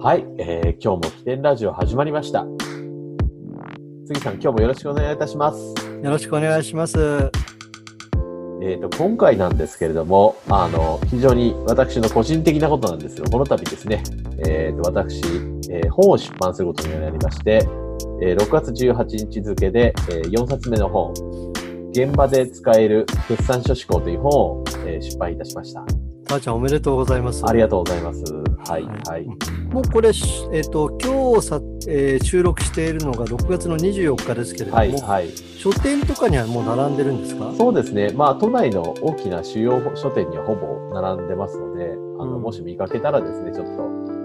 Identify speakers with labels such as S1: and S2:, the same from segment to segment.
S1: はい、えー、今日も起点ラジオ始まりました。杉さん、今日もよろしくお願いいたします。
S2: よろしくお願いします。
S1: えーと、と今回なんですけれどもあの非常に私の個人的なことなんですがこの度ですね、えーと、と私、えー、本を出版することになりまして、えー、6月18日付で、えー、4冊目の本「現場で使える決算書志向」という本を、えー、出版いたしました。
S2: たーちゃんおめでとうございます。
S1: ありがとうございます。はい、はい。
S2: もうこれ、えっ、ー、と、今日さ、えー、収録しているのが6月の24日ですけれども、はい、はい、書店とかにはもう並んでるんですか
S1: そうですね。まあ、都内の大きな主要書店にはほぼ並んでますので、あの、うん、もし見かけたらですね、ちょっと、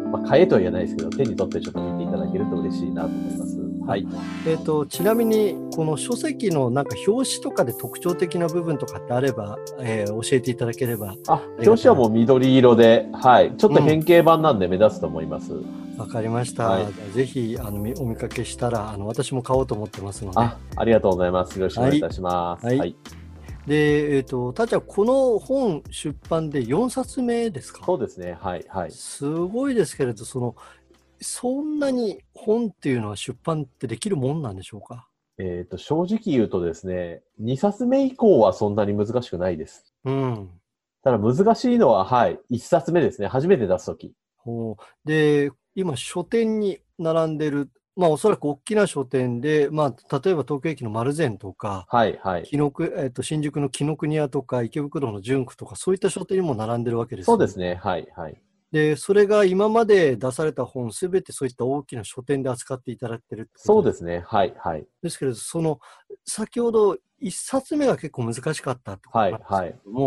S1: まあ、買えとは言えないですけど、手に取ってちょっと見ていただけると嬉しいなと思います。はい。
S2: えっ、ー、と、ちなみに、この書籍のなんか表紙とかで特徴的な部分とかってあれば、えー、教えていただければ。
S1: あ、表紙はもう緑色で、はい。ちょっと変形版なんで目立つと思います。わ、
S2: うん、かりました。はい、ぜひ、あの、お見かけしたら、あの、私も買おうと思ってますので。
S1: あ、ありがとうございます。よろしくお願いいたします。はい。はい、
S2: でえーと、とたちゃん、この本出版で4冊目ですか
S1: そうですね、はい、はい、
S2: すごいですけれど、そのそんなに本っていうのは出版ってできるもんなんでしょうか
S1: えっ、ー、と、正直言うとですね、2冊目以降はそんなに難しくないです。
S2: うん。
S1: ただ難しいのは、はい、1冊目ですね。初めて出すとき。
S2: で、今書店に並んでる、まあおそらく大きな書店で、まあ例えば東京駅の丸善とか、
S1: はいはい。
S2: えー、と新宿の紀ノ国屋とか池袋の純区とか、そういった書店にも並んでるわけです、ね、
S1: そうですね、はいはい。
S2: で、それが今まで出された本、すべてそういった大きな書店で扱っていただいてる
S1: そうですね。はい、はい。
S2: ですけれど、その、先ほど1冊目が結構難しかったってことなんですけれども、は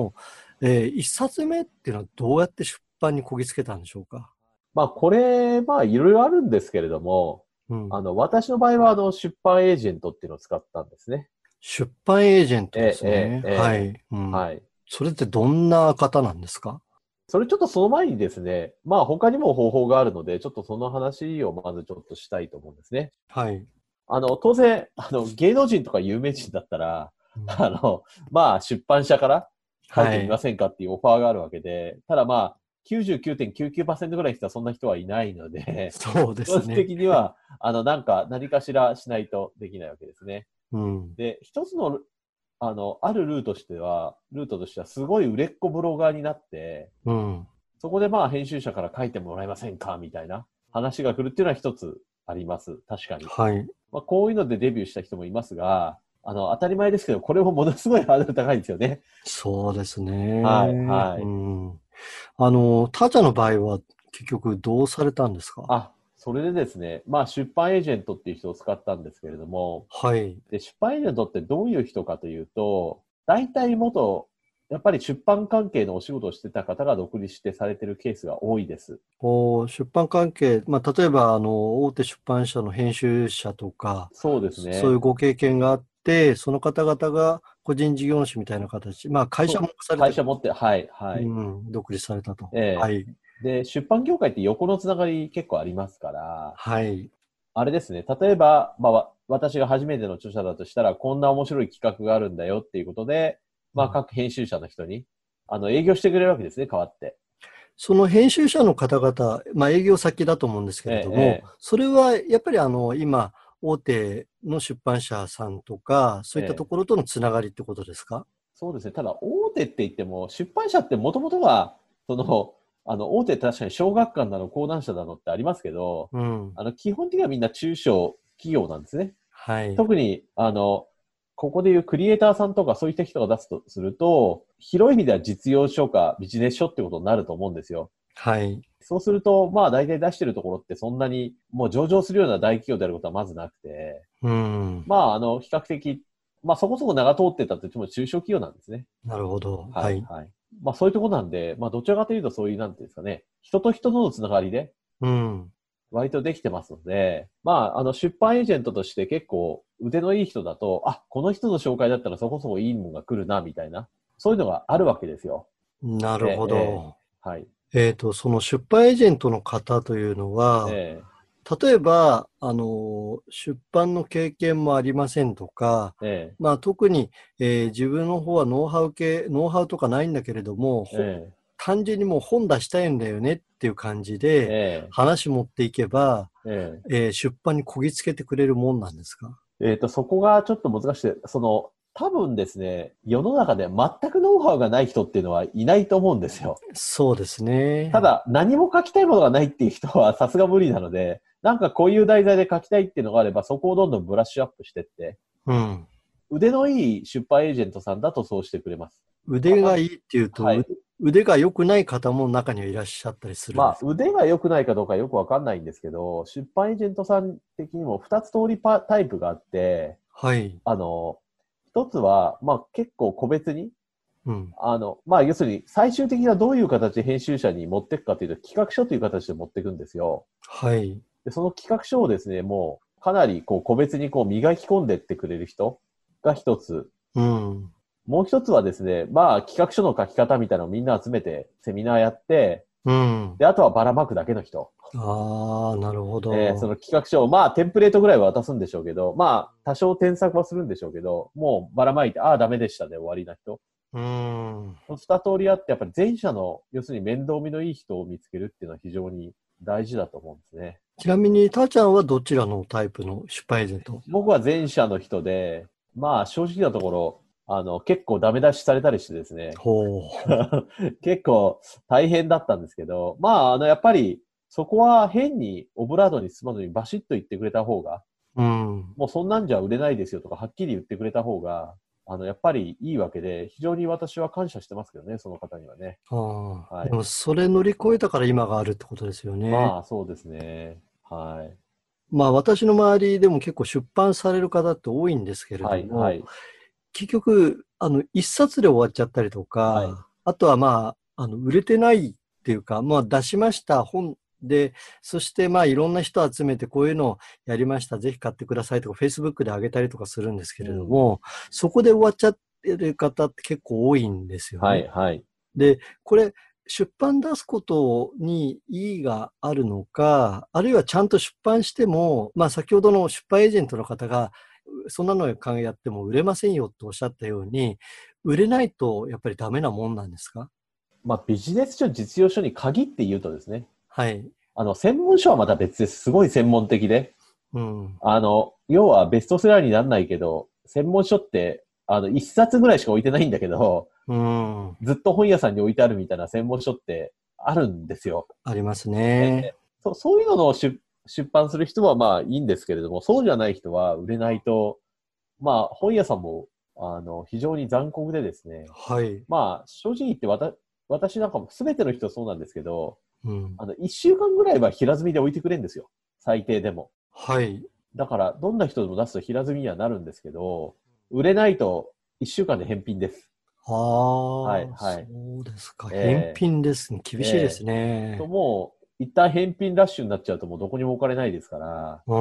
S2: いはい、えー、1冊目っていうのはどうやって出版にこぎつけたんでしょうか
S1: まあ、これ、まあ、いろいろあるんですけれども、うん、あの、私の場合は、あの、出版エージェントっていうのを使ったんですね。
S2: 出版エージェントですね。
S1: えーえー、はい、うん、はい。
S2: それってどんな方なんですか
S1: それちょっとその前にですね、まあ他にも方法があるので、ちょっとその話をまずちょっとしたいと思うんですね。
S2: はい。
S1: あの、当然、あの、芸能人とか有名人だったら、うん、あの、まあ出版社から書いてみませんかっていうオファーがあるわけで、はい、ただまあ99.99%ぐらいの人はそんな人はいないので、
S2: そうですね。
S1: 的には、あの、なんか何かしらしないとできないわけですね。
S2: うん。
S1: で、一つのあの、あるルートとしては、ルートとしてはすごい売れっ子ブロガーになって、
S2: うん、
S1: そこでまあ編集者から書いてもらえませんかみたいな話が来るっていうのは一つあります。確かに。
S2: はい。
S1: まあこういうのでデビューした人もいますが、あの、当たり前ですけど、これもものすごいハードル高いんですよね。
S2: そうですね。、
S1: はい、はい。うん
S2: あの、タチャの場合は結局どうされたんですか
S1: あ、それでですね、まあ出版エージェントっていう人を使ったんですけれども、
S2: はい。
S1: で、出版エージェントってどういう人かというと、大体元、やっぱり出版関係のお仕事をしてた方が独立してされてるケースが多いです。
S2: お出版関係、まあ例えばあの、大手出版社の編集者とか、
S1: そうですね。
S2: そういうご経験があって、その方々が個人事業主みたいな形、まあ会社も
S1: 会社持って、はい、はい。
S2: うん、独立されたと。
S1: ええー、
S2: はい。
S1: で、出版業界って横のつながり結構ありますから、
S2: はい。
S1: あれですね、例えば、まあ、私が初めての著者だとしたら、こんな面白い企画があるんだよっていうことで、まあ、各編集者の人に、あの、営業してくれるわけですね、代わって。
S2: その編集者の方々、まあ、営業先だと思うんですけれども、ええ、それはやっぱりあの、今、大手の出版社さんとか、そういったところとのつながりってことですか、
S1: え、そうですね。ただ、大手って言っても、出版社ってもともとは、その、あの、大手確かに小学館なの、講談社なのってありますけど、
S2: うん、
S1: あの、基本的にはみんな中小企業なんですね。
S2: はい。
S1: 特に、あの、ここでいうクリエイターさんとかそういった人が出すとすると、広い意味では実用書かビジネス書ってことになると思うんですよ。
S2: はい。
S1: そうすると、まあ大体出してるところってそんなにもう上場するような大企業であることはまずなくて、
S2: うん。
S1: まああの、比較的、まあそこそこ名が通ってたと言っても中小企業なんですね。
S2: なるほど。
S1: はい。はいまあそういうとこなんで、まあどちらかというとそういう、なんていうんですかね、人と人とのつながりで、
S2: うん。
S1: 割とできてますので、まああの出版エージェントとして結構腕のいい人だと、あ、この人の紹介だったらそこそこいいもんが来るな、みたいな、そういうのがあるわけですよ。
S2: なるほど。
S1: えー、はい。
S2: えっ、ー、と、その出版エージェントの方というのは、えー、例えば、あの、出版の経験もありませんとか、
S1: えー、
S2: まあ特に、えー、自分の方はノウハウ系、ノウハウとかないんだけれども、
S1: えー、
S2: 単純にもう本出したいんだよねっていう感じで、
S1: え
S2: 話持っていけば、
S1: ええ
S2: えー出版にこぎつけてくれるもんなんですか
S1: ええーと、そこがちょっと難しくて、その、多分ですね、世の中で全くノウハウがない人っていうのはいないと思うんですよ。
S2: そうですね。
S1: た、だ、何も書きたいものがないっていう人は さすが無理なので、なんかこういう題材で書きたいっていうのがあれば、そこをどんどんブラッシュアップしてって、
S2: うん。
S1: 腕のいい出版エージェントさんだとそうしてくれます。
S2: 腕がいいっていうと、
S1: はいう
S2: 腕が良くない方も中にはいらっしゃったりするん
S1: ま
S2: で
S1: あ
S2: す、
S1: 腕が良くないかどうかよくわかんないんですけど、出版エージェントさん的にも2つ通りパタイプがあって、
S2: はい。
S1: あの、1つは、まあ結構個別に、
S2: うん。
S1: あの、まあ要するに最終的にはどういう形で編集者に持っていくかというと、企画書という形で持っていくんですよ。
S2: はい。
S1: で、その企画書をですね、もうかなりこう個別にこう磨き込んでってくれる人が1つ。
S2: うん。
S1: もう1つはですね、まあ企画書の書き方みたいなのをみんな集めてセミナーやって、
S2: うん。
S1: で、あとはばらまくだけの人。
S2: ああ、なるほど。
S1: えーその企画書を、まあ、テンプレートぐらいは渡すんでしょうけど、まあ、多少添削はするんでしょうけど、もうばらまいて、ああ、ダメでしたで終わりな人。
S2: うん。
S1: その二通りあって、やっぱり前者の、要するに面倒見のいい人を見つけるっていうのは非常に大事だと思うんですね。
S2: ちなみに、たーちゃんはどちらのタイプの失敗エージェント
S1: 僕は前者の人で、まあ、正直なところ、あの、結構ダメ出しされたりしてですね、
S2: ほう。
S1: 結構大変だったんですけど、まあ、あの、やっぱり、そこは変にオブラートに包まずにバシッと言ってくれた方が、
S2: うん。
S1: もうそんなんじゃ売れないですよとか、はっきり言ってくれた方が、あの、やっぱりいいわけで、非常に私は感謝してますけどね、その方にはね。
S2: ああ、
S1: はい
S2: でも、それ乗り越えたから今があるってことですよね。
S1: まあ、そうですね。は
S2: まあ私の周りでも結構出版される方って多いんですけ
S1: い。
S2: れども、
S1: はい。はい。
S2: 結局、あの、一冊で終わっちゃったりとか、
S1: はい
S2: あとはまあ、あの、売れてないっていうか、まあ出しました本で、そしてまあいろんな人集めてこういうのをやりました、ぜひ買ってくださいとか、Facebook であげたりとかするんですけれども、そこで終わっちゃってる方って結構多いんですよね。
S1: はい。はい。
S2: で、これ、出版出すことに意義があるのか、あるいはちゃんと出版しても、まあ先ほどの出版エージェントの方が、うそんなの考えやっても売れませんよとおっしゃったように、売れないとやっぱりダメなもんなんですか
S1: まあ、ビジネス書、実用書に限って言うとですね、
S2: はい。
S1: あの、専門書はまた別です。すごい専門的で。
S2: うん。
S1: あの、要はベストセラーにならないけど、専門書って、あの、一冊ぐらいしか置いてないんだけど、
S2: うん。
S1: ずっと本屋さんに置いてあるみたいな専門書ってあるんですよ。
S2: ありますね。
S1: そうそういうのを出出版する人はまあいいんですけれども、そうじゃない人は売れないと、まあ本屋さんもあの非常に残酷でですね、
S2: はい。
S1: まあ正直言ってわた私なんかも全ての人そうなんですけど、
S2: うん。
S1: あの1週間ぐらいは平積みで置いてくれるんですよ。最低でも。
S2: はい。
S1: だからどんな人でも出すと平積みにはなるんですけど、売れないと1週間で返品です。
S2: ああ、
S1: はいはい
S2: そうですか。
S1: ええ
S2: 返品ですね。厳しいですね。
S1: ともう一旦返品ラッシュになっちゃうともうどこにも置かれないですから、だか
S2: う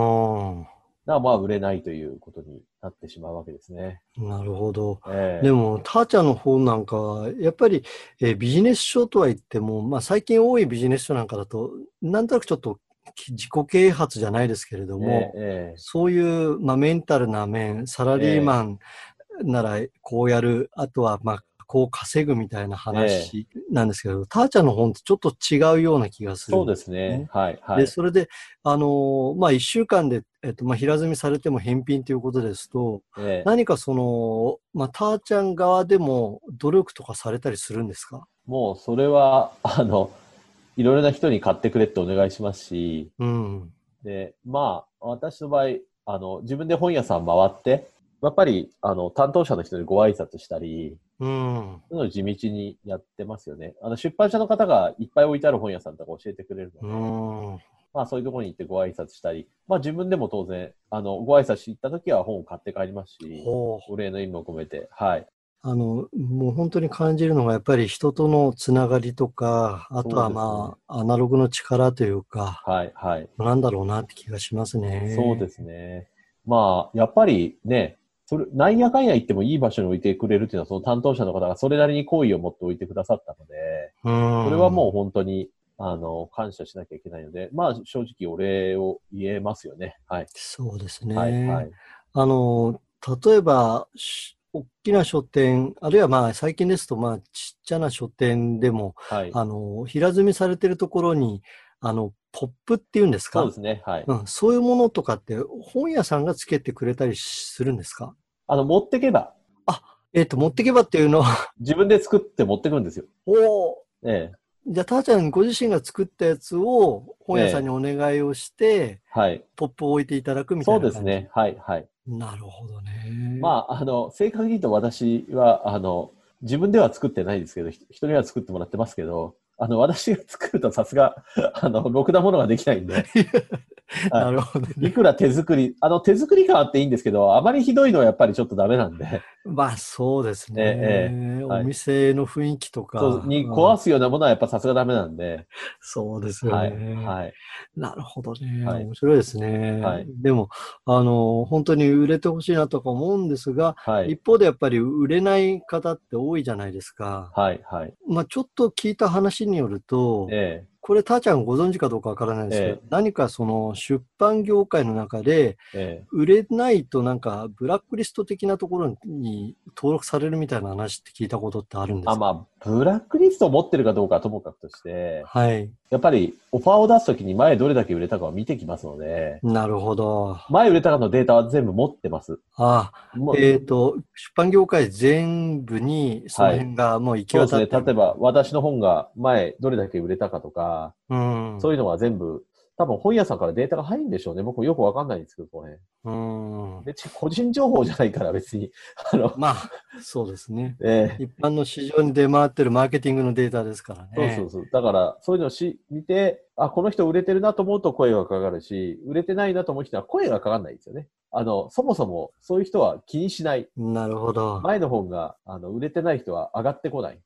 S2: ん。
S1: らまあ売れないということになってしまうわけですね。
S2: なるほど。
S1: ええ
S2: でも、ターちゃんの方なんかは、やっぱり、えービジネス書とは言っても、まあ、最近多いビジネス書なんかだと、なんとなくちょっとき自己啓発じゃないですけれども、
S1: えええ
S2: そういう、まあ、メンタルな面、サラリーマンならこうやる、あとは、まあ、こう稼ぐみたいな話なんですけど、ターちゃんの本ってちょっと違うような気が
S1: え
S2: する。
S1: そうですね。はい、は
S2: で、
S1: い。
S2: それで、あのーまあ、一週間で、えっと、まあ、平積みされても返品ということですと、
S1: ええ
S2: 何かその、まあ、ターちゃん側でも努力とかされたりするんですか
S1: もうそれは、あの、いろいろな人に買ってくれってお願いしますし、
S2: うん。
S1: で、まあ、私の場合、あの、自分で本屋さん回って、やっぱり、あの、担当者の人にご挨拶したり、
S2: うん。
S1: そういうのを地道にやってますよね。あの、出版社の方がいっぱい置いてある本屋さんとか教えてくれるので、
S2: うん。
S1: まあ、そういうところに行ってご挨拶したり、まあ、自分でも当然、あの、ご挨拶行った時は本を買って帰りますし、
S2: ほう。
S1: お礼の意味も込めて、はい。
S2: あの、もう本当に感じるのが、やっぱり人とのつながりとか、あとは
S1: そう
S2: ま
S1: で
S2: あ、アナログの力というか、
S1: はい、はい。
S2: なんだろうなって気がしますね。
S1: そうですね。まあ、やっぱりね、それ、なんやかんや言ってもいい場所に置いてくれるっていうのは、その担当者の方がそれなりに好意を持って置いてくださったので、
S2: うん。
S1: それはもう本当に、あの、感謝しなきゃいけないので、まあ、正直お礼を言えますよね。はい。
S2: そうですね。
S1: はい、はい。
S2: あの、例えば、し大きな書店、あるいはまあ最近ですと、まあちっちゃな書店でも、
S1: はい。
S2: あの、平積みされてるところに、あの、ポップっていうんですか
S1: そうですね。はい。
S2: うん、そういうものとかって本屋さんがつけてくれたりするんですか
S1: あの、持ってけば、
S2: えっ、と、持ってけばっていうのは、
S1: 自分で作って持ってくるんですよ。
S2: おー
S1: ええ。
S2: じゃあ、たーちゃんご自身が作ったやつを本屋さんにお願いをして、
S1: はい。
S2: ポップを置いていただくみたい
S1: そ
S2: な
S1: う
S2: 感
S1: で
S2: じ。
S1: すね。はい。はい。
S2: なるほどね。
S1: まあ、あの、正確に言うと私は、あの、自分では作ってないですけど、ひ人には作ってもらってますけど、あの、私が作るとさすが、あの、ろくなものができないん で、あ
S2: なるほど
S1: い
S2: ね。
S1: くら手作り、あの、手作り感あっていいんですけど、あまりひどいのはやっぱりちょっとダメなんで、
S2: まあ、そうですね。
S1: えはい
S2: お店の雰囲気とか。
S1: そうに
S2: うん
S1: 壊すようなものはやっぱさすがダメなんで、
S2: そうですよ
S1: はい。
S2: ね。
S1: はい。
S2: なるほどね。
S1: はい
S2: 面白いですね。
S1: はい
S2: でも、あの、本当に売れてほしいなとか思うんですが、
S1: はい。
S2: 一方でやっぱり売れない方って多いじゃないですか。
S1: はい。はい。
S2: まあ、ちょっと聞いた話によると、
S1: え
S2: これ、たーちゃんご存知かどうかわからないですけど、
S1: ええ
S2: 何かその出版業界の中で、
S1: えええ
S2: 売れないとなんかブラックリスト的なところに登録されるみたいな話って聞いたことってあるんですか
S1: あ、まあ、ブラックリストを持ってるかどうかはともかくとして、
S2: はい。
S1: やっぱりオファーを出すときに前どれだけ売れたかを見てきますので、
S2: なるほど。
S1: 前売れたかのデータは全部持ってます。
S2: あ
S1: もう
S2: えっ、と、出版業界全部にその辺がもう行き
S1: そうです
S2: 渡
S1: ね。
S2: ってる、
S1: 例えば、私の本が前どれだけ売れたかとか、
S2: うん。
S1: そういうのは全部、多分本屋さんからデータが入るんでしょうね。僕もよくわかんないんですけど、この辺。
S2: うん。
S1: 別に個人情報じゃないから、別に。あの、
S2: まあ、そうですね。
S1: ええ
S2: 一般の市場に出回ってるマーケティングのデータですからね。
S1: そうそうそう。だから、そういうのをし見て、あ、この人売れてるなと思うと声がかかるし、売れてないなと思う人は声がかかんないんですよね。あの、そもそもそういう人は気にしない。
S2: なるほど。
S1: 前の本が、あの、売れてない人は上がってこない。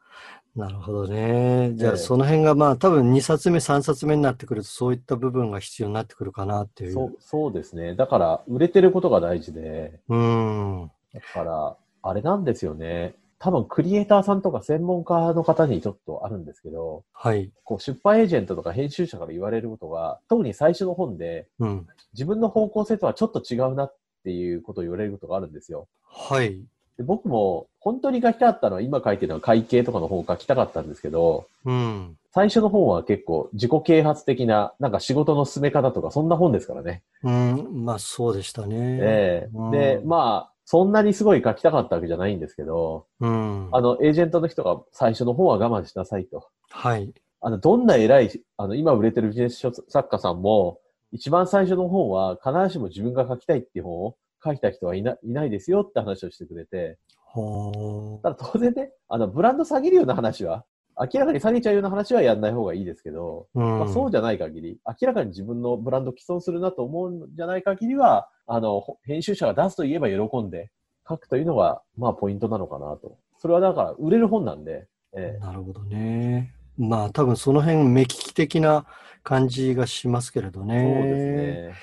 S2: なるほどね。じゃ
S1: え
S2: あ
S1: え
S2: その辺がまあ多分2冊目3冊目になってくるとそういった部分が必要になってくるかなっていう。
S1: そう、そうですね。だから、売れてることが大事で、
S2: うん。
S1: だから、あれなんですよね。多分、クリエイターさんとか専門家の方にちょっとあるんですけど、
S2: はい。
S1: こう、出版エージェントとか編集者から言われることが、特に最初の本で、
S2: うん。
S1: 自分の方向性とはちょっと違うなっていうことを言われることがあるんですよ。
S2: はい。
S1: で僕も、本当に書きたかったのは、今書いてるのは会計とかの本を書きたかったんですけど、
S2: うん。
S1: 最初の本は結構自己啓発的な、なんか仕事の進め方とか、そんな本ですからね。
S2: うん。まあそうでしたね。
S1: ええ
S2: うん
S1: で、まあ、そんなにすごい書きたかったわけじゃないんですけど、
S2: うん。
S1: あの、エージェントの人が最初の方は我慢しなさいと。
S2: はい。
S1: あの、どんな偉い、あの、今売れてるビジネス書作家さんも、一番最初の本は必ずしも自分が書きたいっていう本を書いた人はいないないですよって話をしてくれて、
S2: ほ
S1: ただ当然ね、あの、ブランド下げるような話は、明らかに下げちゃうような話はやんない方がいいですけど、
S2: う。うん。
S1: まあ、そうじゃない限り、明らかに自分のブランド既存するなと思うんじゃない限りは、あの、ほ編集者が出すと言えば喜んで書くというのが、まあ、ポイントなのかなと。それはだから、売れる本なんで、ええ
S2: なるほどね。まあ多分その辺目利き的な感じがしますけれどね。
S1: そうですね。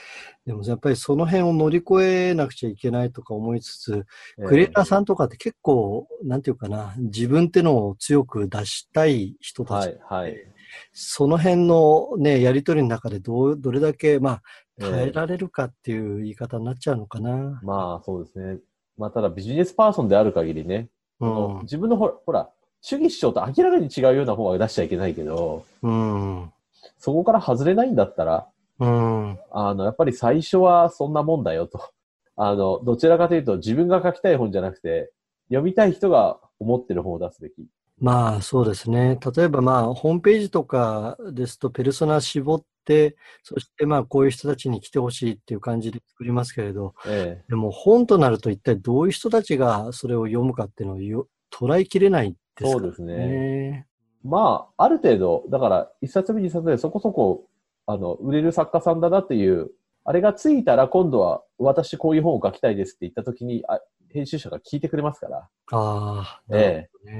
S2: でもやっぱりその辺を乗り越えなくちゃいけないとか思いつつ、
S1: ええ
S2: クリエイターさんとかって結構、なんていうかな、自分ってのを強く出したい人た
S1: は
S2: ち、
S1: い、はい。
S2: その辺のね、やりとりの中でどう、どれだけ、まあ、耐え
S1: え
S2: られるかっていう言い方になっちゃうのかな
S1: え。まあ、そうですね。まあ、ただビジネスパーソンである限りね、
S2: う
S1: その
S2: ん。
S1: 自分のほらほら、主義主張と明らかに違うような本は出しちゃいけないけど、
S2: うん。
S1: そこから外れないんだったら、
S2: うん。
S1: あの、やっぱり最初はそんなもんだよと。あの、どちらかというと自分が書きたい本じゃなくて、読みたい人が思ってる本を出すべき。
S2: まあ、そうですね。例えば、まあ、ホームページとかですと、ペルソナ絞って、そして、まあ、こういう人たちに来てほしいっていう感じで作りますけれど、
S1: え
S2: でも本となると一体どういう人たちがそれを読むかっていうのをよ捉えきれないですからね。
S1: そうですね。えまあ、ある程度、だから、一冊目、二冊目、そこそこ、あの、売れる作家さんだなっていう、あれがついたら今度は、私こういう本を書きたいですって言った時に、あ編集者が聞いてくれますから。
S2: ああ、なる
S1: え
S2: ほどね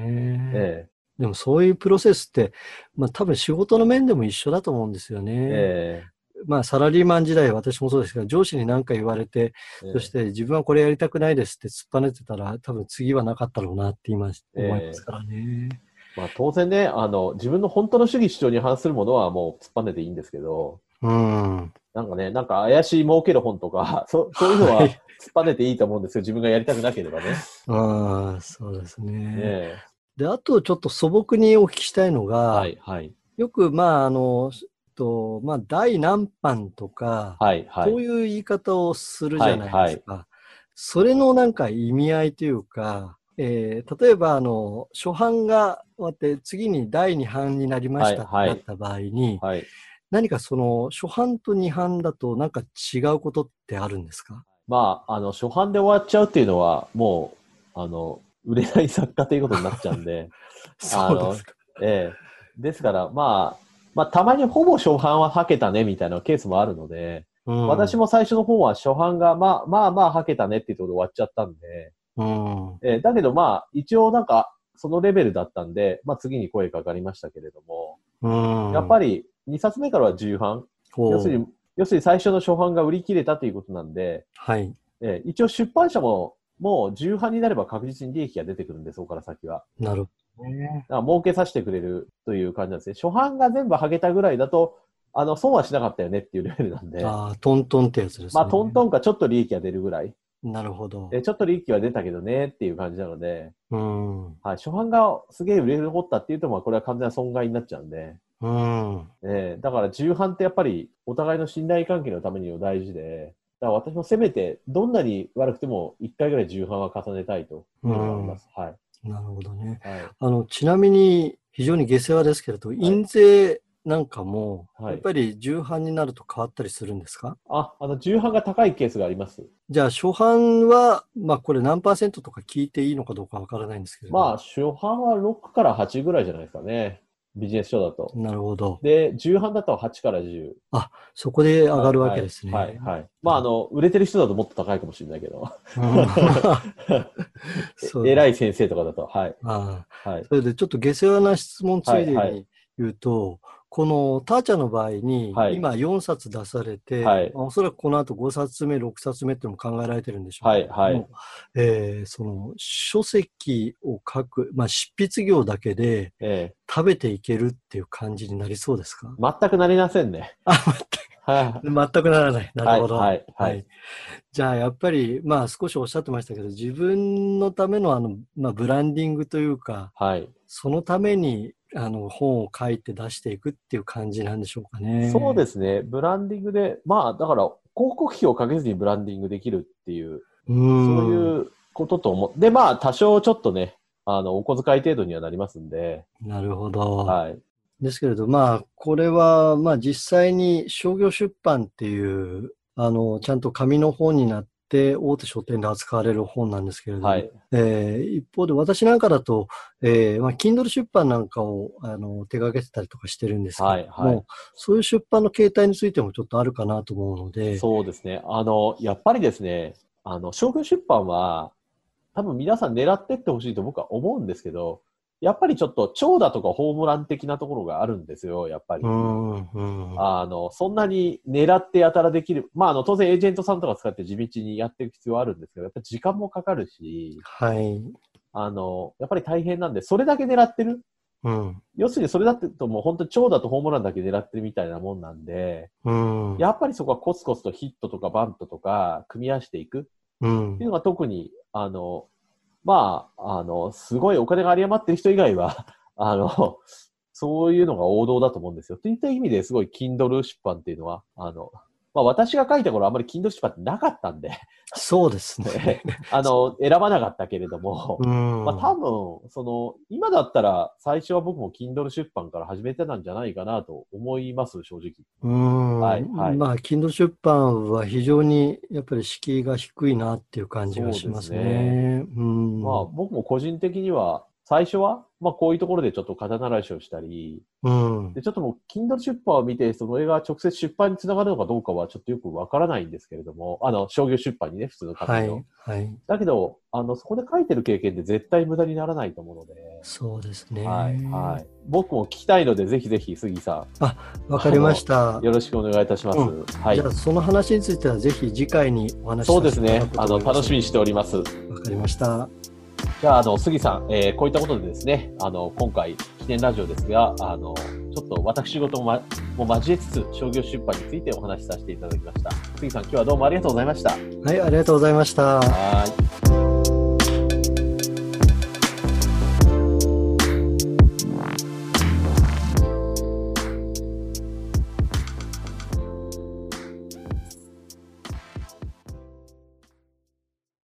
S1: え、え
S2: でもそういうプロセスって、まあ多分仕事の面でも一緒だと思うんですよ
S1: え、
S2: ね。
S1: え
S2: まあサラリーマン時代私もそうですけど、上司に何か言われて、
S1: え、
S2: そして自分はこれやりたくないですって突っぱねてたら、多分次はなかったろうなって今思いますからね。
S1: まあ、当然ね、あの、自分の本当の主義主張に反するものはもう突っぱねていいんですけど、
S2: うん。
S1: なんかね、なんか怪しい儲ける本とか、 そそういうのは
S2: は
S1: 突っ
S2: い
S1: ぱねていいと思うんですよ。自分がやりたくなければ ね。ね
S2: ああ、そうですね。
S1: え
S2: で、あとちょっと素朴にお聞きしたいのが、
S1: はい、はい。
S2: よく、まあ、あの、と、まあ、大難犯とか、
S1: はい、はい。
S2: そういう言い方をするじゃないですか。それのなんか意味合いというか、えー例えば、あの、初版が終わって、次に第二版になりましたって
S1: はい
S2: な
S1: はい
S2: った場合に、
S1: はい。
S2: 何かその、初版と二版だとなんか違うことってあるんですか
S1: まあ、あの、初版で終わっちゃうっていうのは、もう、あの、売れない作家ということになっちゃうん で、
S2: そうですか。
S1: ええですから、まあ、まあ、たまにほぼ初版ははけたね、みたいなケースもあるので、
S2: うん
S1: 私、も最初の方は初版が、まあ、まあまあはけたねっていうところで終わっちゃったんで、
S2: うん。は
S1: ええだけどまあ、一応なんか、そのレベルだったんで、まあ次に声かかりましたけれども、やっぱ
S2: り、
S1: り2冊目からは重版、
S2: こう
S1: 要するに、要するに最初の初版が売り切れたということなんで、
S2: はい。
S1: ええ一応出版社も、もう重版になれば確実に利益が出てくるんで、そこから先は。
S2: なるほどね。
S1: だから儲けさせてくれるという感じなんですね。初版が全部はげたぐらいだと、あの、損はしなかったよねっていうレベルなんで、
S2: ああ、トントンってやつですね。
S1: まあトントンかちょっと利益が出るぐらい、
S2: ン。なるほど。
S1: えちょっと利益は出たけどねっていう感じなので、
S2: うん。うん。
S1: はい、初版がすげえ売れ残ったっていうと、まあこれは完全な損害になっちゃうんで、えーだから重版ってやっぱりお互いの信頼関係のためにも大事で、だから私もせめてどんなに悪くても1回ぐらい重版は重ねたいというのがあります。はい。
S2: なるほどね。
S1: はい
S2: あの、ちなみに、非常に下世話ですけれど、印税なんかも、
S1: はい
S2: やっぱり重版になると変わったりするんですか
S1: あ、あの、重版が高いケースがあります。
S2: じゃあ、初版は、まあ、これ何パーセントとか聞いていいのかどうかわからないんですけれど。
S1: まあ、初版は6から8ぐらいじゃないですかね。ビジネス書だと。
S2: なるほど。
S1: で、重版だと8から10。
S2: そこで上がるわけですね。
S1: はい、はいはい。まあ、あの、売れてる人だともっと高いかもしれないけど、
S2: そ う
S1: え偉い先生とかだと、はい。
S2: ああ
S1: はい。
S2: それでちょっと下世話な質問ついで
S1: はいは
S2: に言うと、このターチャの場合に、
S1: はい
S2: 今4冊出されて、
S1: はい
S2: まあおそらくこの後5冊目、6冊目ってのも考えられてるんでしょう
S1: は
S2: け
S1: い
S2: れども、
S1: はい
S2: えーその書籍を書く、まあ、執筆業だけで
S1: え
S2: 食べていけるっていう感じになりそうですか
S1: ー全くなりませんね。
S2: あ
S1: は
S2: 全くならない。
S1: い。
S2: な
S1: は
S2: る
S1: い。
S2: ほど。
S1: はい。はい。
S2: じゃあ、やっぱり、まあ、少しおっしゃってましたけど、自分のための、あの、まあ、ブランディングというか、
S1: はい。
S2: そのためにあの本を書いて出していくっていう感じなんでしょうかね。。
S1: そうですすね。ブランディングで、まあ、だから、広告費をかけずにブランディングできるっていう、
S2: うん。
S1: そういうことと思う。で、まあ、多少ちょっとね、あの、お小遣い程度にはなりますんで、
S2: なるほど。
S1: はい。
S2: ですけれど、まあ、これは、まあ、実際に商業出版っていう、あの、ちゃんと紙の本になって、大手書店で扱われる本なんですけれども、
S1: はい。
S2: えー一方で私なんかだと、えーまあ、Kindle 出版なんかをあの手掛けてたりとかしてるんですけれども、
S1: はいはい
S2: そういう出版の形態についてもちょっとあるかなと思うので、
S1: そうですね。あの、やっぱりですね、あの、商業出版は、多分皆さん狙ってってほしいと僕は思うんですけど、やっぱりちょっと長打とかホームラン的なところがあるんですよ、やっぱり。
S2: うんうん、
S1: あの、そんなに狙ってやたらできる。まあ、あの、当然エージェントさんとか使って地道にやっていく必要はあるんですけど、やっぱり時間もかかるし、
S2: はい。
S1: あの、やっぱり大変なんで、それだけ狙ってる。
S2: うん。
S1: 要するにそれだってともう本当に長打とホームランだけ狙ってるみたいなもんなんで、
S2: うん。
S1: やっぱりそこはコツコツとヒットとかバントとか組み合わせていく。
S2: うん
S1: っていうのが特に、あの、まあ、あの、すごいお金が有り余ってる人以外は、 あの、そういうのが王道だと思うんですよ。といった意味ですごい Kindle 出版っていうのは、あの、まあ私が書いた頃あんまり Kindle 出版ってなかったんで、
S2: そうですね。
S1: あの、選ばなかったけれども、
S2: うん。
S1: まあ多分、その、今だったら最初は僕も Kindle 出版から始めてたんじゃないかなと思います、正直。
S2: うん。
S1: はいはい
S2: まあ、Kindle 出版は非常にやっぱり敷居が低いなっていう感じがしますね。うん。
S1: まあ僕も個人的には、最初は、まあこういうところでちょっと肩慣らしをしたり、
S2: うん。
S1: で、ちょっともう、Kindle 出版を見て、その映画が直接出版につながるのかどうかはちょっとよくわからないんですけれども、あの、商業出版にね、普通の
S2: は
S1: 活
S2: い
S1: 動。。
S2: はい。
S1: だけど、あの、そこで書いてる経験って絶対無駄にならないと思うので、
S2: そうですね。
S1: はい、はい。僕も聞きたいので、ぜひぜひ、杉さ
S2: わかりました
S1: ん、。よろしくお願いいたします。
S2: う
S1: はい
S2: じゃ。あ、その話についてはぜひ次回にお話し
S1: そうですね
S2: させ。ていた
S1: あ
S2: だこ
S1: の、
S2: うと思います
S1: 楽しみにしております。
S2: わかりました。
S1: じゃあ、あの、杉さん、えーこういったことでですね、あの、今回、記念ラジオですが、あの、ちょっちょっと私事も,、ま、も交えつつ、商業出版についてお話しさせていただきました。杉さん、今日はどうもありがとうございました。
S2: はい、ありがとうございました。
S1: はーい。